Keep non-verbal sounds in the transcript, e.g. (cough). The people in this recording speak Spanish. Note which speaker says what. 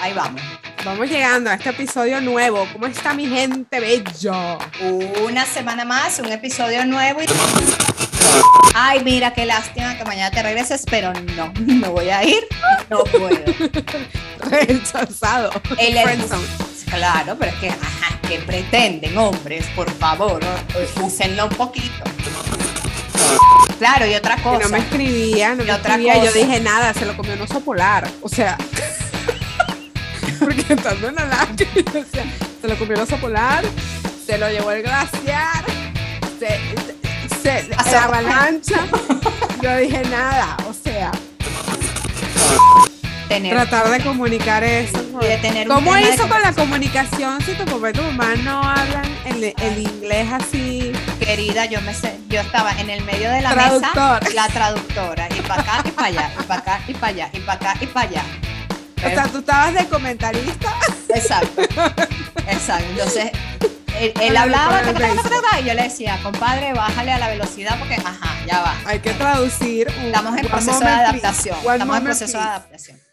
Speaker 1: Ahí vamos.
Speaker 2: Vamos llegando a este episodio nuevo. ¿Cómo está mi gente bello? (laughs)
Speaker 1: Una semana más, un episodio nuevo. y- Ay, mira, qué lástima que mañana te regreses, pero no, (laughs) me voy a ir. No puedo.
Speaker 2: Rechazado.
Speaker 1: El-
Speaker 2: Friendzone.
Speaker 1: Claro, pero es que, ajá, ¿qué pretenden, hombres? Por favor, o- úsenlo un poquito. Claro, y otra
Speaker 2: Que
Speaker 1: cosa.
Speaker 2: no me escribía, no
Speaker 1: Y
Speaker 2: me
Speaker 1: otra
Speaker 2: escribía. Yo
Speaker 1: cosa.
Speaker 2: dije nada, se lo comió un oso polar. O sea, (laughs) porque estando en la larga, o sea, se lo comió el oso polar, se lo llevó el glaciar, se, se, se-
Speaker 1: Pasó.
Speaker 2: la avalancha. Yo dije nada, o sea,
Speaker 1: tener-
Speaker 2: tratar de comunicar eso.
Speaker 1: y de tener un
Speaker 2: ¿Cómo
Speaker 1: tema de
Speaker 2: hizo con la comunicación si tu papá y tu mamá no hablan el, el inglés así?
Speaker 1: Querida, yo me sé- yo estaba en el medio de la mesa,
Speaker 2: Traductor.
Speaker 1: la traductora, y para acá y para allá, y para acá y para allá, y para acá y para allá.
Speaker 2: O sea, tú estabas de comentarista.
Speaker 1: Exacto. Exacto. Entonces, él, él
Speaker 2: Con la
Speaker 1: hablaba,
Speaker 2: doctora
Speaker 1: taca, taca,
Speaker 2: Grace.
Speaker 1: taca, taca, y yo le decía, compadre, bájale a la velocidad porque, ajá, ya va.
Speaker 2: Hay que traducir. un-
Speaker 1: Estamos en
Speaker 2: one
Speaker 1: proceso de
Speaker 2: moment, please.
Speaker 1: adaptación.
Speaker 2: One
Speaker 1: Estamos en
Speaker 2: moment,
Speaker 1: proceso de
Speaker 2: please.
Speaker 1: adaptación.